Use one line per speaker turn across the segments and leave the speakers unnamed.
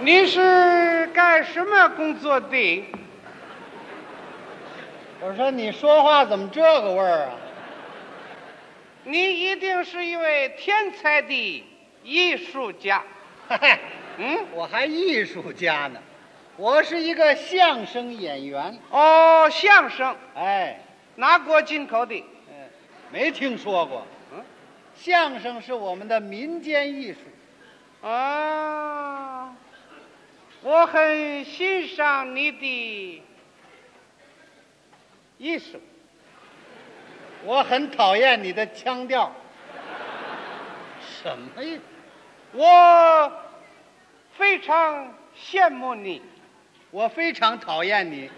你是干什么工作的？
我说你说话怎么这个味儿啊？
你一定是一位天才的艺术家。
嗨，
嗯，
啊 我还艺术家呢，我是一个相声演员。
哦，相声
哎，
哪国进口的？
嗯，没听说过。
嗯，
相声是我们的民间艺术。
啊，我很欣赏你的艺术。
我很讨厌你的腔调。什么呀？
我非常羡慕你，
我非常讨厌你。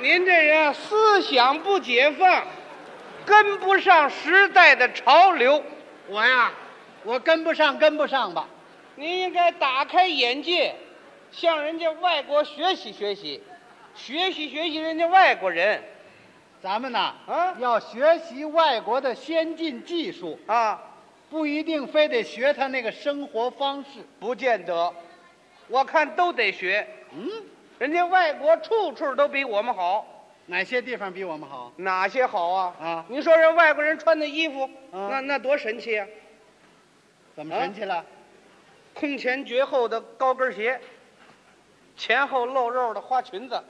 您这人思想不解放，跟不上时代的潮流，
我呀，我跟不上，跟不上吧。
您应该打开眼界，向人家外国学习学习，学习学习人家外国人
咱们呐，
啊
要学习外国的先进技术，
啊，
不一定非得学他那个生活方式。
不见得，我看都得学，
嗯，
人家外国处处都比我们好，
哪些地方比我们好？
哪些好啊？
啊
你说人外国人穿的衣服，
啊
那那多神气啊！
怎么神气了？
空前绝后的高跟鞋，前后露肉的花裙子，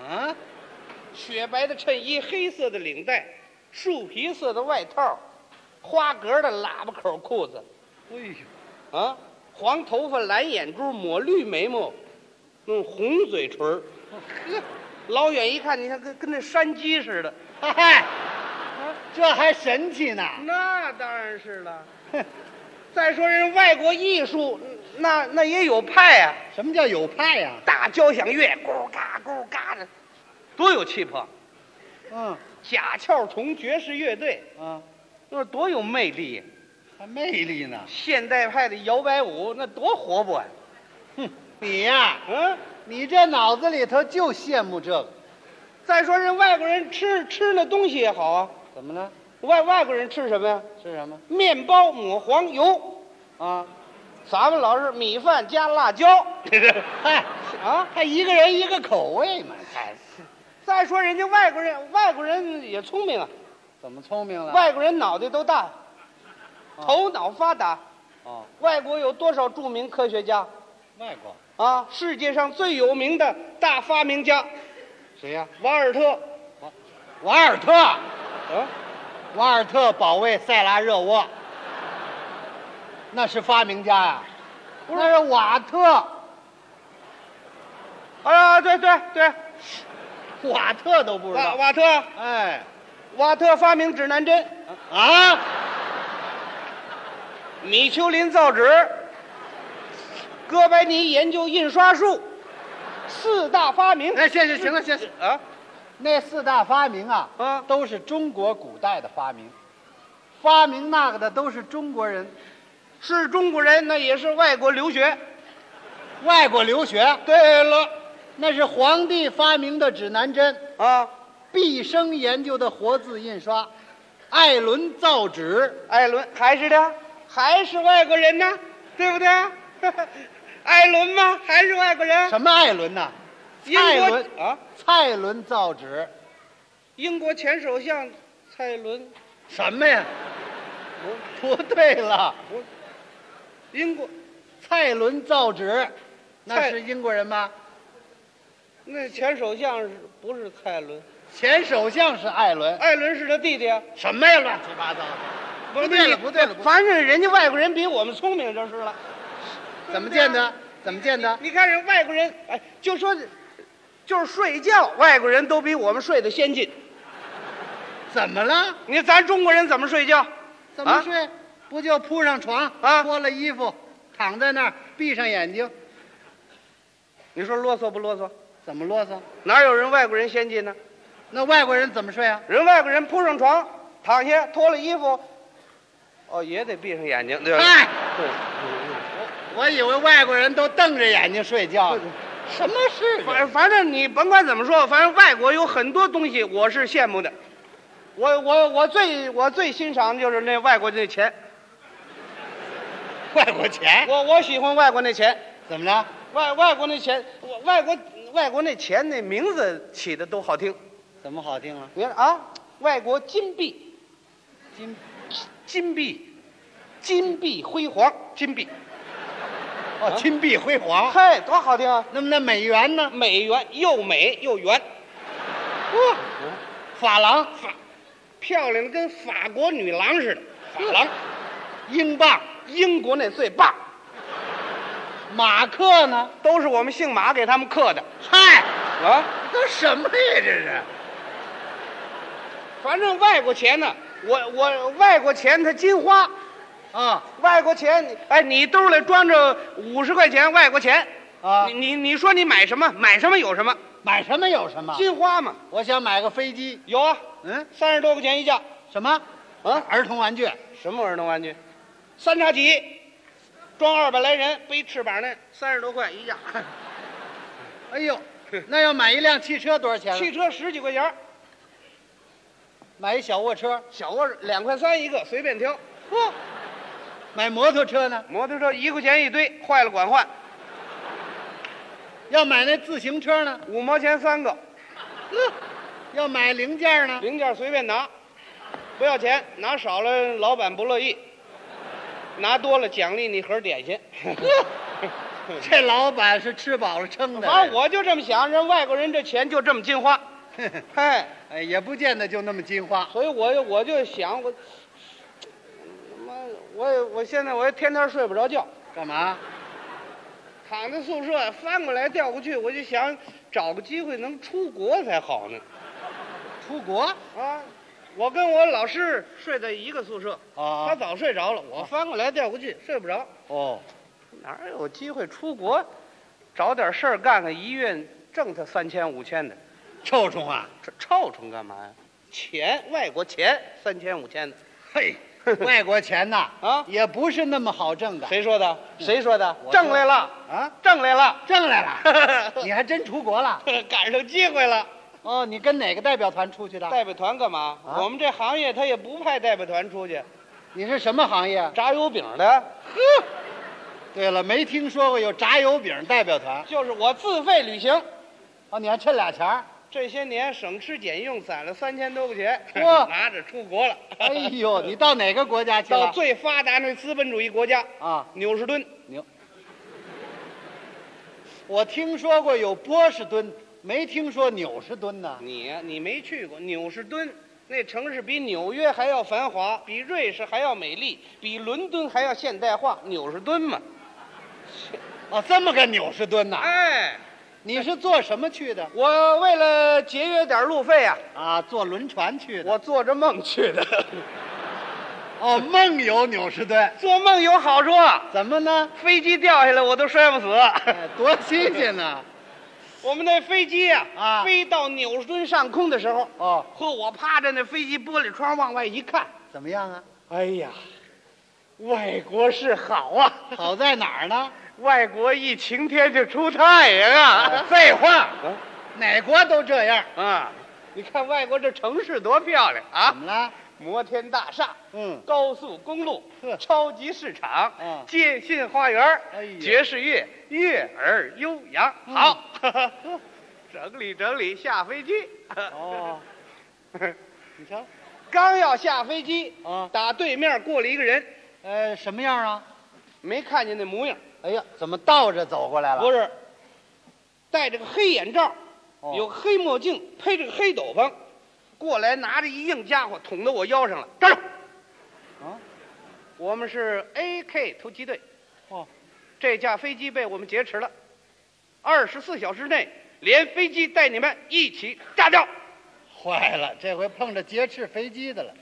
嗯
啊，
雪白的衬衣，黑色的领带，树皮色的外套，花格的喇叭口裤子，
哎呦，
啊，黄头发，蓝眼珠，抹绿眉毛，弄红嘴唇儿，
呵，
老远一看，你看跟跟那山鸡似的。
嗨，这还神气呢？
那当然是了。
哼
再说人外国艺术，嗯那那也有派啊，
什么叫有派啊呀、
大交响乐，咕嘎咕嘎的，多有气魄！
嗯
贾壳虫爵士乐队，
啊，
那多有魅力呀！
还魅力呢。
现代派的摇摆舞，那多活泼啊！
哼，你呀、
嗯，
你这脑子里头就羡慕这个。
再说人外国人吃吃那东西也好啊，
怎么了？
外外国人吃什么呀？
是什么？
面包抹黄油，
啊，
咱们老是米饭加辣椒
嗨，
啊。
还一个人一个口味嘛？嗨，
再说人家外国人，外国人也聪明啊，
怎么聪明了？
外国人脑袋都大，头脑发达。
哦，
外国有多少著名科学家
外国
啊？世界上最有名的大发明家
谁呀、
瓦尔特，
瓦尔特，
啊，
瓦尔特保卫塞拉热窝，那是发明家呀、
不是
那是瓦特，
啊，对对对，
瓦特都不知
瓦
道。
瓦特，
哎，
瓦特发明指南针，
啊，
米丘林造纸，哥白尼研究印刷术，四大发明。
哎，行行行了，行行，
啊
那四大发明啊，
啊，
都是中国古代的发明，发明那个的都是中国人，
是中国人，那也是外国留学。
外国留学。
对了，
那是皇帝发明的指南针，
啊，
毕生研究的活字印刷，艾伦造纸，
艾伦还是的，还是外国人呢，对不 对？艾伦吗？还是外国人？
什么艾伦呐、
英国
艾伦
啊，
蔡伦造纸，
英国前首相蔡伦，
什么呀？不对了，
英国
蔡伦造纸，那
蔡
是英国人吗？
那前首相是不是蔡伦？
前首相是艾伦，
艾伦是他弟弟啊。
什么呀？乱七八糟的，不对了，不对了，不对
反正人家外国人比我们聪明就是了。
了怎么见的？怎么见的？
你看人外国人，哎，就说就是睡觉，外国人都比我们睡得先进。
怎么了？
你咱中国人怎么睡觉？
怎么睡？不就铺上床
啊
脱了衣服，躺在那儿，闭上眼睛，
你说啰嗦不啰嗦？
怎么啰嗦？
哪有人外国人先进呢？
那外国人怎么睡啊？
人外国人铺上床，躺下，脱了衣服，哦，也得闭上眼睛，对吧？
哎，
对
我以为外国人都瞪着眼睛睡觉呢，什么事
反反正你甭管怎么说，反正外国有很多东西我是羡慕的。我我我最我最欣赏的就是那外国那钱，
外国钱
我我喜欢外国那钱，
怎么了？
外外国那钱，外外国外国那钱那名字起的都好听。
怎么好听了？
你看啊，外国金币，
金
金币，金碧辉煌，金碧，啊
哦，金碧辉煌。
嗨，多好听啊！
那么那美元呢？
美元又美又圆，哇、
法郎、
法，漂亮的跟法国女郎似的。法郎，
英镑、
英国那最棒，
马克呢？
都是我们姓马给他们刻的
嗨，
啊。
都什么呀？这是
反正外国钱呢，我我外国钱它金花，
啊
外国钱，哎，你兜里装着五十块钱外国钱，
啊
你！你你说你买什么？买什么有什么？
买什么有什么？
金花嘛，
我想买个飞机。
有啊，
嗯，
三十多块钱一架。
什么？
啊，
儿童玩具？
什么儿童玩具？三叉戟，装二百来人，背翅膀那，三十多块一架。
哎呦，那要买一辆汽车多少钱
汽
呢？
车十几块钱，
买一小卧车？
小卧两块三一个，随便挑。哦
不，买摩托车呢？
摩托车一块钱一堆，坏了管换，
要买那自行车呢？
五毛钱三个，
嗯要买零件呢？
零件随便拿，不要钱，拿少了老板不乐意，拿多了奖励你盒点心。
这老板是吃饱了撑的。
反正啊我就这么想，人外国人这钱就这么金花，哎，
哎，也不见得就那么金花。
所以我就我就想我，妈，我也我现在我也天天睡不着觉，
干嘛？
躺在宿舍翻过来调过去，我就想找个机会能出国才好呢。
出国？
啊，我跟我老师睡在一个宿舍，他
啊
早睡着了，我翻过来调过去睡不着，
哦，
哪有机会出国，找点事儿干干，一月挣他三千五千的。
臭虫啊！
这臭虫干嘛呀？钱，外国钱，三千五千的
嘿， 外国钱呐，
啊？
也不是那么好挣的
谁说的？嗯谁说的？
我说
挣来了，
啊。
挣来了，
挣来 了，你还真出国了？
赶上机会了。
哦，你跟哪个代表团出去的？
代表团干嘛？
啊
我们这行业他也不派代表团出去，
你是什么行业？
炸油饼的，
对了，没听说过有炸油饼代表团。
就是我自费旅行。
哦，你还趁俩钱 儿？
这些年省吃俭用，攒了三千多块钱，
哇
拿着出国了。
哎呦，你到哪个国家去
到
了？
最发达那资本主义国家
啊，
纽士敦，
我听说过有波士顿，没听说纽士顿呢。
你呀你没去过纽士敦，那城市比纽约还要繁华，比瑞士还要美丽，比伦敦还要现代化。纽士敦嘛，
哦，这么个纽士顿呐、
哎，
你是坐什么去的？
我为了节约点路费啊，
啊，坐轮船去的。
我做着梦去的。
哦，梦游纽士顿，
做梦有好处啊，
怎么 呢？
飞机掉下来我都摔不死。啊
哎多新鲜呢！
我们那飞机呀、
啊
飞到纽士敦上空的时候，
哦，
呵，我趴着那飞机玻璃窗往外一看，
怎么样啊？
哎呀，外国是好啊，
好在哪儿呢？
外国一晴天就出太阳 啊！
废话，哪国都这样。
啊，你看外国这城市多漂亮
怎
啊！
么了？
摩天大厦、
嗯，
高速公路
呵、
超级市场、
嗯
界限花园、
哎呀
爵士乐，悦耳悠扬。
嗯
好，整理整理，下飞机。
哦， 你瞧
刚要下飞机，
啊，
打对面过来一个人，
呃，什么样啊？
没看见那模样，
哎呀，怎么倒着走过来了？
不是，戴着个黑眼罩，
哦
有个黑墨镜，披着个黑斗篷，过来拿着一硬家伙捅到我腰上了，站住！
啊，
我们是 AK 突击队，
哦，
这架飞机被我们劫持了，二十四小时内连飞机带你们一起炸掉。
坏了，这回碰着劫持飞机的了。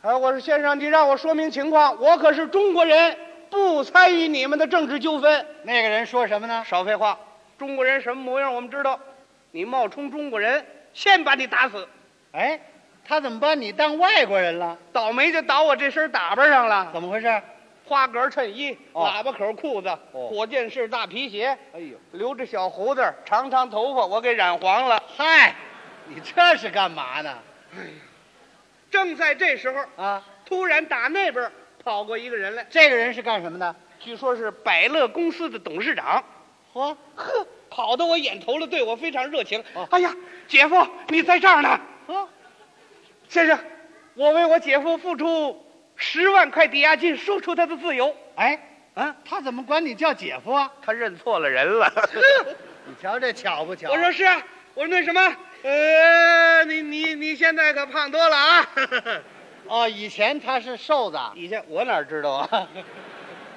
哎，我说先生，你让我说明情况，我可是中国人，不参与你们的政治纠纷。
那个人说什么呢？
少废话，中国人什么模样我们知道，你冒充中国人，先把你打死。
哎，他怎么把你当外国人了？
倒霉就倒我这身打扮上了，
怎么回事？
花格衬衣、
哦
喇叭口裤子、
哦
火箭式大皮鞋，
哎呦，
留着小胡子，长长头发，我给染黄了。
嗨，你这是干嘛呢？
正在这时候，
啊，
突然打那边跑过一个人来，
这个人是干什么的？
据说是百乐公司的董事长。
嚯，
呵，跑到我眼头了，对我非常热情。
哦
哎呀，姐夫，你在这儿呢，
啊，
先生，我为我姐夫付出十万块抵押金，赎出他的自由。
哎，
啊，
他怎么管你叫姐夫啊？
他认错了人了。
你瞧这巧不 巧？
我说是啊，我说那什么，呃，你你你现在可胖多了啊。
哦，以前他是瘦子，
以前我哪知道 啊？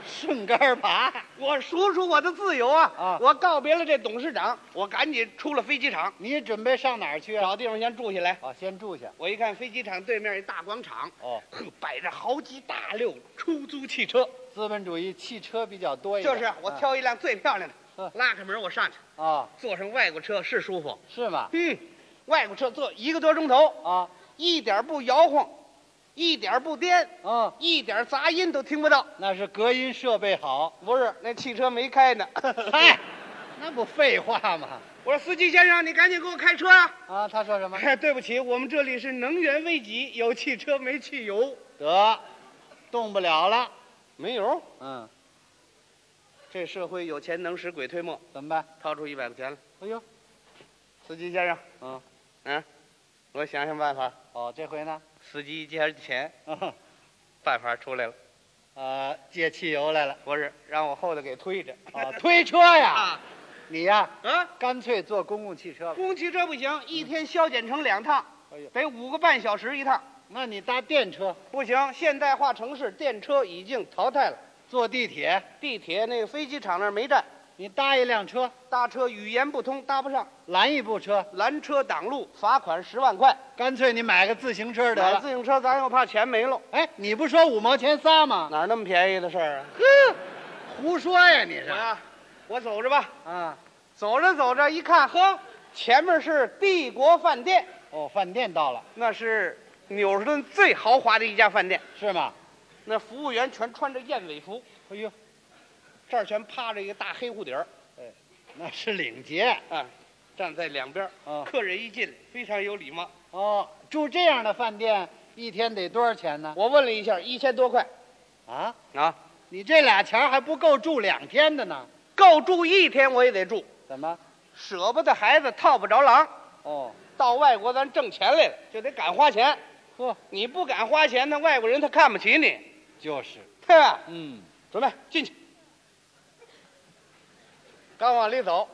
顺杆爬。
我赎出我的自由啊！
啊
我告别了这董事长，我赶紧出了飞机场，
你准备上哪儿去啊？
找地方先住下来。
啊，先住下。
我一看飞机场对面一大广场，
哦，
呵，摆着好几大溜出租汽车。
资本主义汽车比较多一点。
就是啊我
嗯
挑一辆最漂亮的
嗯，
拉开门我上去，
啊，
坐上外国车是舒服。
是吗？
嗯，外国车坐一个多钟头，
啊，
一点不摇晃，一点不颠，
嗯，
一点杂音都听不到。
那是隔音设备好。
不是，那汽车没 开呢。 哎
嗨，那不废话吗？
我说司机先生，你赶紧给我开车啊！
啊，他说 什么？
哎，对不起，我们这里是能源危急，有汽车没汽油，
得，动不了了。
没油。
嗯，
这社会有钱能使鬼推磨，
怎么办？
掏出一百块钱来，
哎呦，
司机先生，
嗯，
嗯，我想想办法。
哦，这回 呢？
司机一接钱，
啊、
办法出来了，
呃，借汽油来了。
不是让我后头给推着。
哦，推车呀，
啊
你呀、
啊！
干脆坐公共汽车吧。
公共汽车不行，一天消减成两趟
哎呦，
得五个半小时一趟，
那你搭电车，
不行。现代化城市电车已经淘汰了，
坐地铁，
地铁那个飞机场那儿没站，
你搭一辆车，
搭车语言不通，搭不上，
拦一部车，
拦车挡路，罚款十万块。
干脆你买个自行车得
买
了。
自行车咱又怕钱没了，
哎，你不说五毛钱仨吗？
哪儿那么便宜的事儿啊？
胡说呀，你
我
是
呀，我走着吧。
啊？
走着走着一看，呵，前面是帝国饭店，
哦，饭店到了，
那是纽士顿最豪华的一家饭店。
是吗？
那服务员全穿着燕尾服，
哎呦，
这儿全趴着一个大黑蝴蝶儿，
那是领结
啊，站在两边儿。
啊。
客人一进，非常有礼貌。
哦，住这样的饭店一天得多少钱呢？
我问了一下，一千多块
啊，
啊，
你这俩钱儿还不够住两天的呢？
够住一天我也得住，
怎么？
舍不得孩子套不着狼。
哦，
到外国咱挣钱来了，就得敢花钱。
呵，
你不敢花钱，那外国人他看不起你，
就是，
对啊吧？
嗯，
准备进去。刚往里走，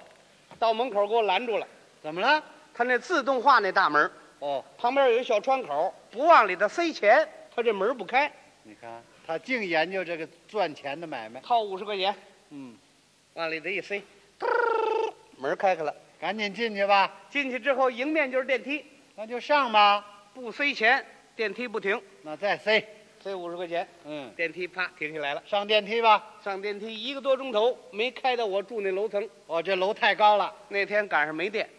到门口给我拦住了。
怎么了？
他那自动化那大门
哦，
旁边有一小窗口，不往里头塞钱，他这门不开。
你看他净研究这个赚钱的买卖。
掏五十块钱
嗯，
往里头一塞，嘟门开开了。
赶紧进去吧，
进去之后，迎面就是电梯，
那就上吧。
不塞钱，电梯不停，
那再塞，
塞五十块钱，
嗯，
电梯啪停下来了。
上电梯吧。
上电梯一个多钟头，没开到我住那楼层。
哦，这楼太高了，
那天赶上没电，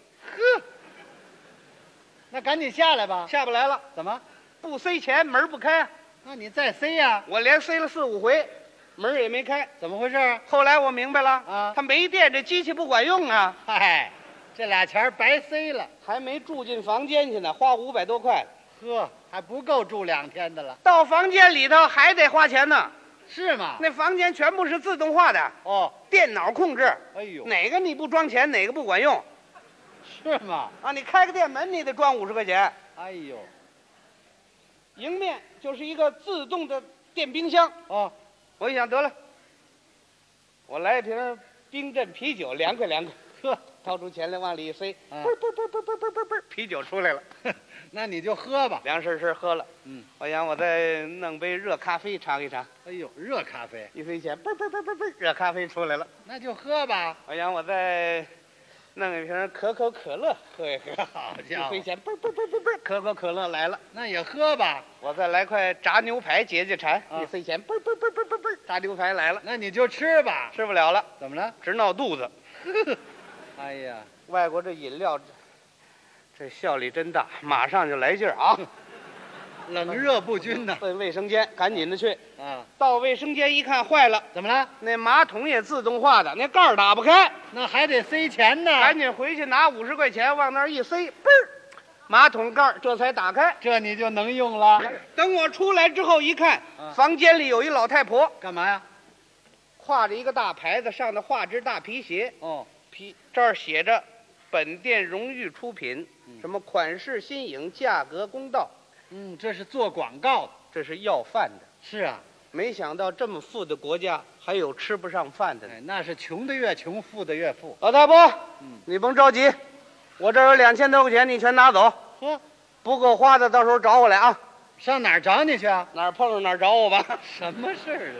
那赶紧下来吧。
下不来了，
怎么？
不塞钱，门不开。
那你再塞呀、
我连塞了四五回，门也没开。
怎么回事啊？
后来我明白了，
啊
他没电，这机器不管用啊。
嗨，这俩钱儿白塞了。
还没住进房间去呢，花五百多块了。
呵，还不够住两天的了，
到房间里头还得花钱呢。
是吗？
那房间全部是自动化的，
哦，
电脑控制，
哎呦，
哪个你不装钱，哪个不管用
是吗？
啊？你开个电门，你得装五十块钱。
哎呦，
迎面就是一个自动的电冰箱，
哦，
我一想得了，我来一瓶冰镇啤酒，凉快凉快。
呵，
掏出钱来往里一塞，
啊
嘣儿嘣儿嘣儿嘣儿嘣儿嘣儿嘣儿，啤酒出来了，
那你就喝吧。
凉深深喝了。
嗯，
我想我再弄杯热咖啡尝一尝。
哎呦，热咖啡，
一分钱，嘣儿嘣儿嘣儿嘣儿嘣儿，热咖啡出来了。
那就喝吧。
我想我再弄一瓶可口可乐喝一喝。
好
一
家
分
伙，
钱，嘣儿嘣儿嘣儿嘣儿嘣儿，可口可乐来了。
那也喝吧。
我再来块炸牛排解解馋。
啊
一分钱，嘣儿嘣儿嘣儿嘣儿嘣儿，炸牛排来了，
那你就吃吧。
吃不了了，
怎么了？
直闹肚子。
哎呀，
外国这饮料，这效力真大，马上就来劲儿 啊！
冷热不均呐。
奔卫生间，赶紧的去。
啊，
到卫生间一看，坏了，
怎么了？
那马桶也自动化的，那盖儿打不开，
那还得塞钱呢。
赶紧回去拿五十块钱往那儿一塞，嘣儿，马桶盖儿这才打开。
这你就能用了。
等我出来之后一看
啊，
房间里有一老太婆，
干嘛呀？
画着一个大牌子，上头画只大皮鞋，
哦，
皮这儿写着“本店荣誉出品”，什么款式新颖，价格公道，
嗯，这是做广告的。
这是要饭的。
是啊，
没想到这么富的国家还有吃不上饭的呢。
哎，那是穷的越穷，富的越富。
老大伯
嗯，
你甭着急，我这儿有两千多块钱，你全拿走，
呵，
不够花的到时候找我来啊，
上哪儿找你去啊？
哪儿碰上哪儿找我吧。
什么事儿啊？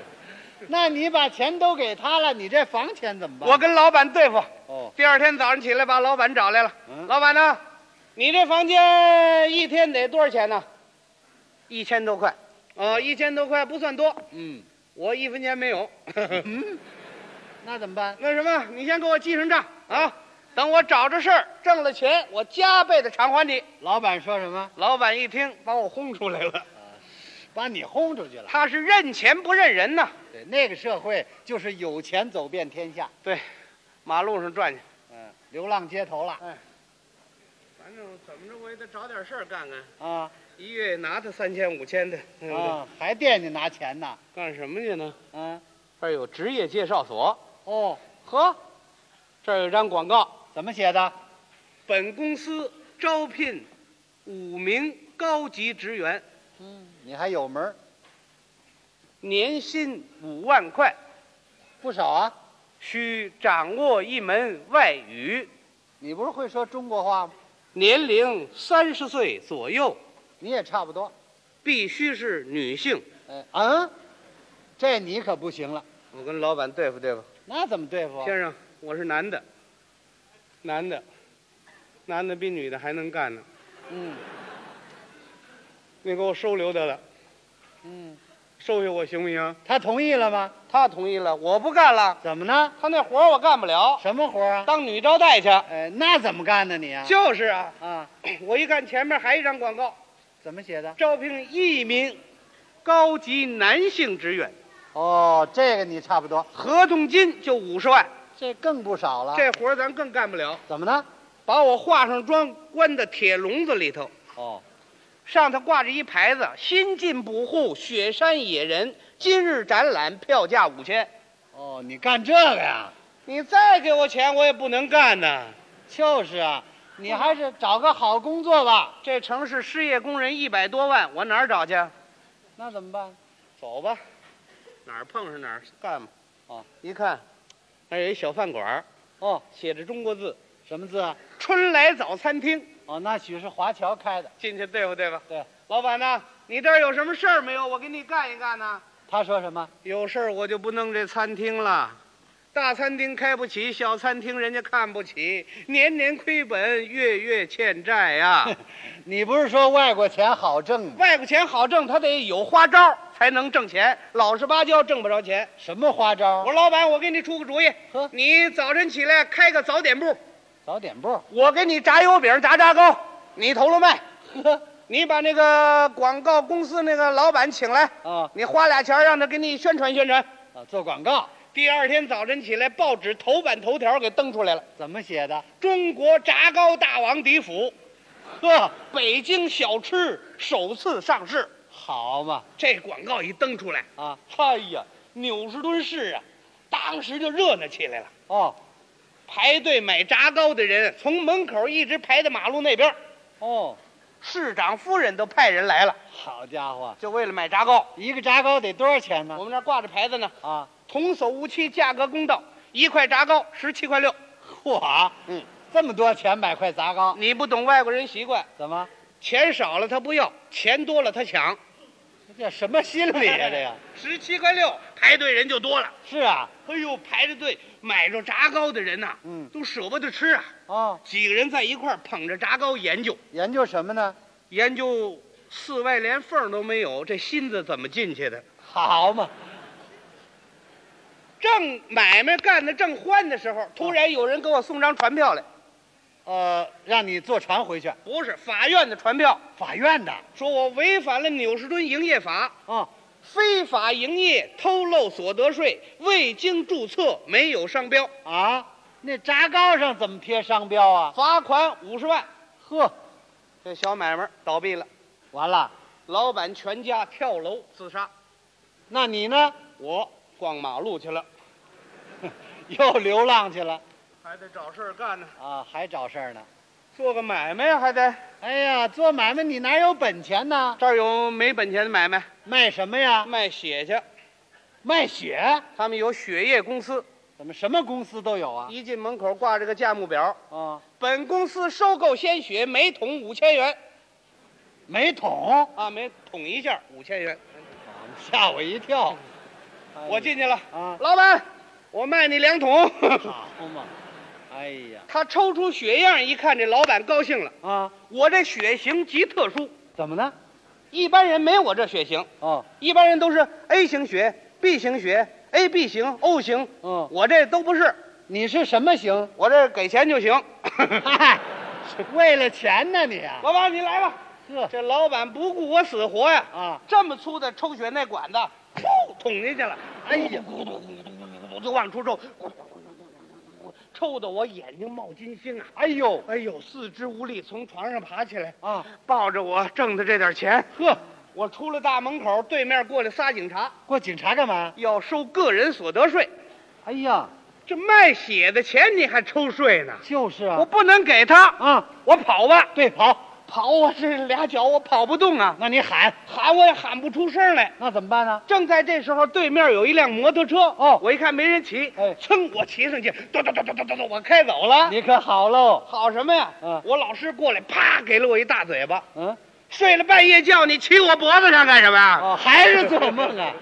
那你把钱都给他了，你这房钱怎么办？
我跟老板对付。
哦，
第二天早上起来把老板找来了，
嗯
老板呢？你这房间一天得多少钱呢？一千多块。呃，一千多块不算多，
嗯，
我一分钱没有。
那怎么办？
那什么，你先给我记上账啊，等我找着事儿挣了钱，我加倍的偿还你。
老板说什么？
老板一听，把我轰出来了。
把你轰出去了。
他是认钱不认人呐。
对，那个社会就是有钱走遍天下，
对，马路上转去，
嗯，流浪街头了
反正怎么着我也得找点事儿干干，
啊
一月拿他三千五千的，对不对？
啊，还惦记拿钱呢，
干什么去呢？
嗯，
这儿有职业介绍所，
哦，
呵，这儿有张广告，
怎么写的？
本公司招聘五名高级职员，
嗯，你还有门儿
年薪五万块，
不少啊，
需掌握一门外语，
你不是会说中国话吗？
年龄三十岁左右，
你也差不多。
必须是女性。
哎，嗯，这你可不行了，
我跟老板对付对付，
那怎么对付啊？
哦先生，我是男的，男的，男的比女的还能干呢，
嗯
你给我收留他了，
嗯，
收下我行不行？
他同意了吗？
他同意了，我不干了。
怎么呢？
他那活儿我干不了，
什么活儿啊？
当女招待去。
哎，那怎么干呢你啊？
就是啊，
啊，
我一看前面还一张广告，
怎么写的？
招聘一名高级男性职员，
哦，这个你差不多，
合同金就五十万。
这更不少了。
这活儿咱更干不了，
怎么呢？
把我画上妆，关到铁笼子里头，
哦，
上头挂着一牌子：新进捕户雪山野人，今日展览，票价五千。
哦，你干这个呀？
你再给我钱，我也不能干呐。
就是啊，你还是找个好工作吧。
这城市失业工人一百多万，我哪儿找去？
那怎么办？
走吧，哪儿碰上哪儿干吧。
哦，
一看，那儿有一小饭馆儿，
哦，
写着中国字
什么字啊？
“春来早餐厅
哦，那许是华侨开的。”。
进去对付对付。
对，
老板呐，你这儿有什么事儿没有？我给你干一干呐。
他说什么？
有事儿我就不弄这餐厅了。大餐厅开不起，小餐厅人家看不起，年年亏本，月月欠债呀、
你不是说外国钱好挣吗？
外国钱好挣，他得有花招儿才能挣钱，老实巴交挣不着钱。
什么花招
我
啊？
说老板，我给你出个主意，
呵，
你早晨起来开个早点部，
早点 部。
我给你炸油饼、炸炸糕，你投了卖。
呵，
你把那个广告公司那个老板请来，
啊
你花俩钱让他给你宣传宣传。
啊，做广告
第二天早晨起来，报纸头版头条给登出来了：
怎么写的？
中国炸糕大王迪府，
呵，
北京小吃首次上市。
好嘛
这广告一登出来，
啊，
哎呀，纽士敦市啊，当时就热闹起来了。
哦
排队买炸糕的人从门口一直排到马路那边儿，
哦，
市长夫人都派人来了，
好家伙，
就为了买炸糕。
一个炸糕得多少钱
我
呢？
们这儿挂着牌子呢，
啊，
童叟无欺，价格公道，一块炸糕十七块六。
嚯，
嗯，
这么多钱买块炸糕，
你不懂外国人习惯，
怎么？
钱少了他不要，钱多了他抢。
这叫什么心理啊？这个
十七块六，排队人就多了。
是啊，
哎呦，排着队买着炸糕的人呐、
嗯
都舍不得吃啊。
哦，
几个人在一块儿捧着炸糕研究，
研究什么呢？
研究寺外连缝都没有，这心子怎么进去的？
好嘛，
正买卖干得正欢的时候，突然有人给我送张传票来，
呃，让你坐船回去，
不是法院的传票，
法院的。
说我违反了纽士敦营业法，
哦，
非法营业、偷漏所得税，未经注册，没有商标，
啊，那炸糕上怎么贴商标啊？
罚款五十万。
呵，
这小买卖倒闭了，
完了，
老板全家跳楼自杀，
那你呢？
我逛马路去了。
又流浪去了
还得找事儿干呢，
啊，还找事儿呢。
做个买卖呀，还得
哎呀，做买卖你哪有本钱呢？
这儿有没本钱的买卖，
卖什么呀？
卖血去，
卖血？
他们有血液公司，
怎么什么公司都有啊？
一进门口挂着个价目表，
啊，
本公司收购鲜血每桶五千元
每桶，
啊，每桶一下五千元。
啊吓我一跳。
我进去了，
啊，
老板，我卖你两桶。
好嘛，哎呀，
他抽出血样一看，这老板高兴了，
啊，
我这血型极特殊，
怎么呢？
一般人没我这血型，
哦，
一般人都是 A 型血、B 型血、AB 型、O 型，
嗯，
我这都不是，
你是什么型？
我这给钱就行。
嗨，为了钱呢你啊？
老板，你来吧。
呵
这老板不顾我死活呀！
啊，
这么粗的抽血那管子，噗捅进去了，
哎呀，
我就往出抽，抽的我眼睛冒金星啊！
哎呦，
哎呦，四肢无力，从床上爬起来，
啊，
抱着我挣的这点钱，
呵，
我出了大门口，对面过来仨警察，
过警察干嘛？
要收个人所得税。
哎呀，
这卖血的钱你还抽税呢？
就是
我
啊，
不能给他，
啊，
我跑吧，
对，跑，
跑我这俩脚我跑不动啊，
那你喊，
喊我也喊不出声来。
那怎么办呢？
正在这时候，对面有一辆摩托车，
哦
我一看没人骑，
哎
噌，我骑上去，嘟嘟嘟嘟嘟嘟嘟，我开走了。
你可好喽，
好什么呀？
嗯
我老师过来，啪给了我一大嘴巴。
嗯，
睡了半夜觉，你骑我脖子上干什么呀？
哦哦，还是做梦啊？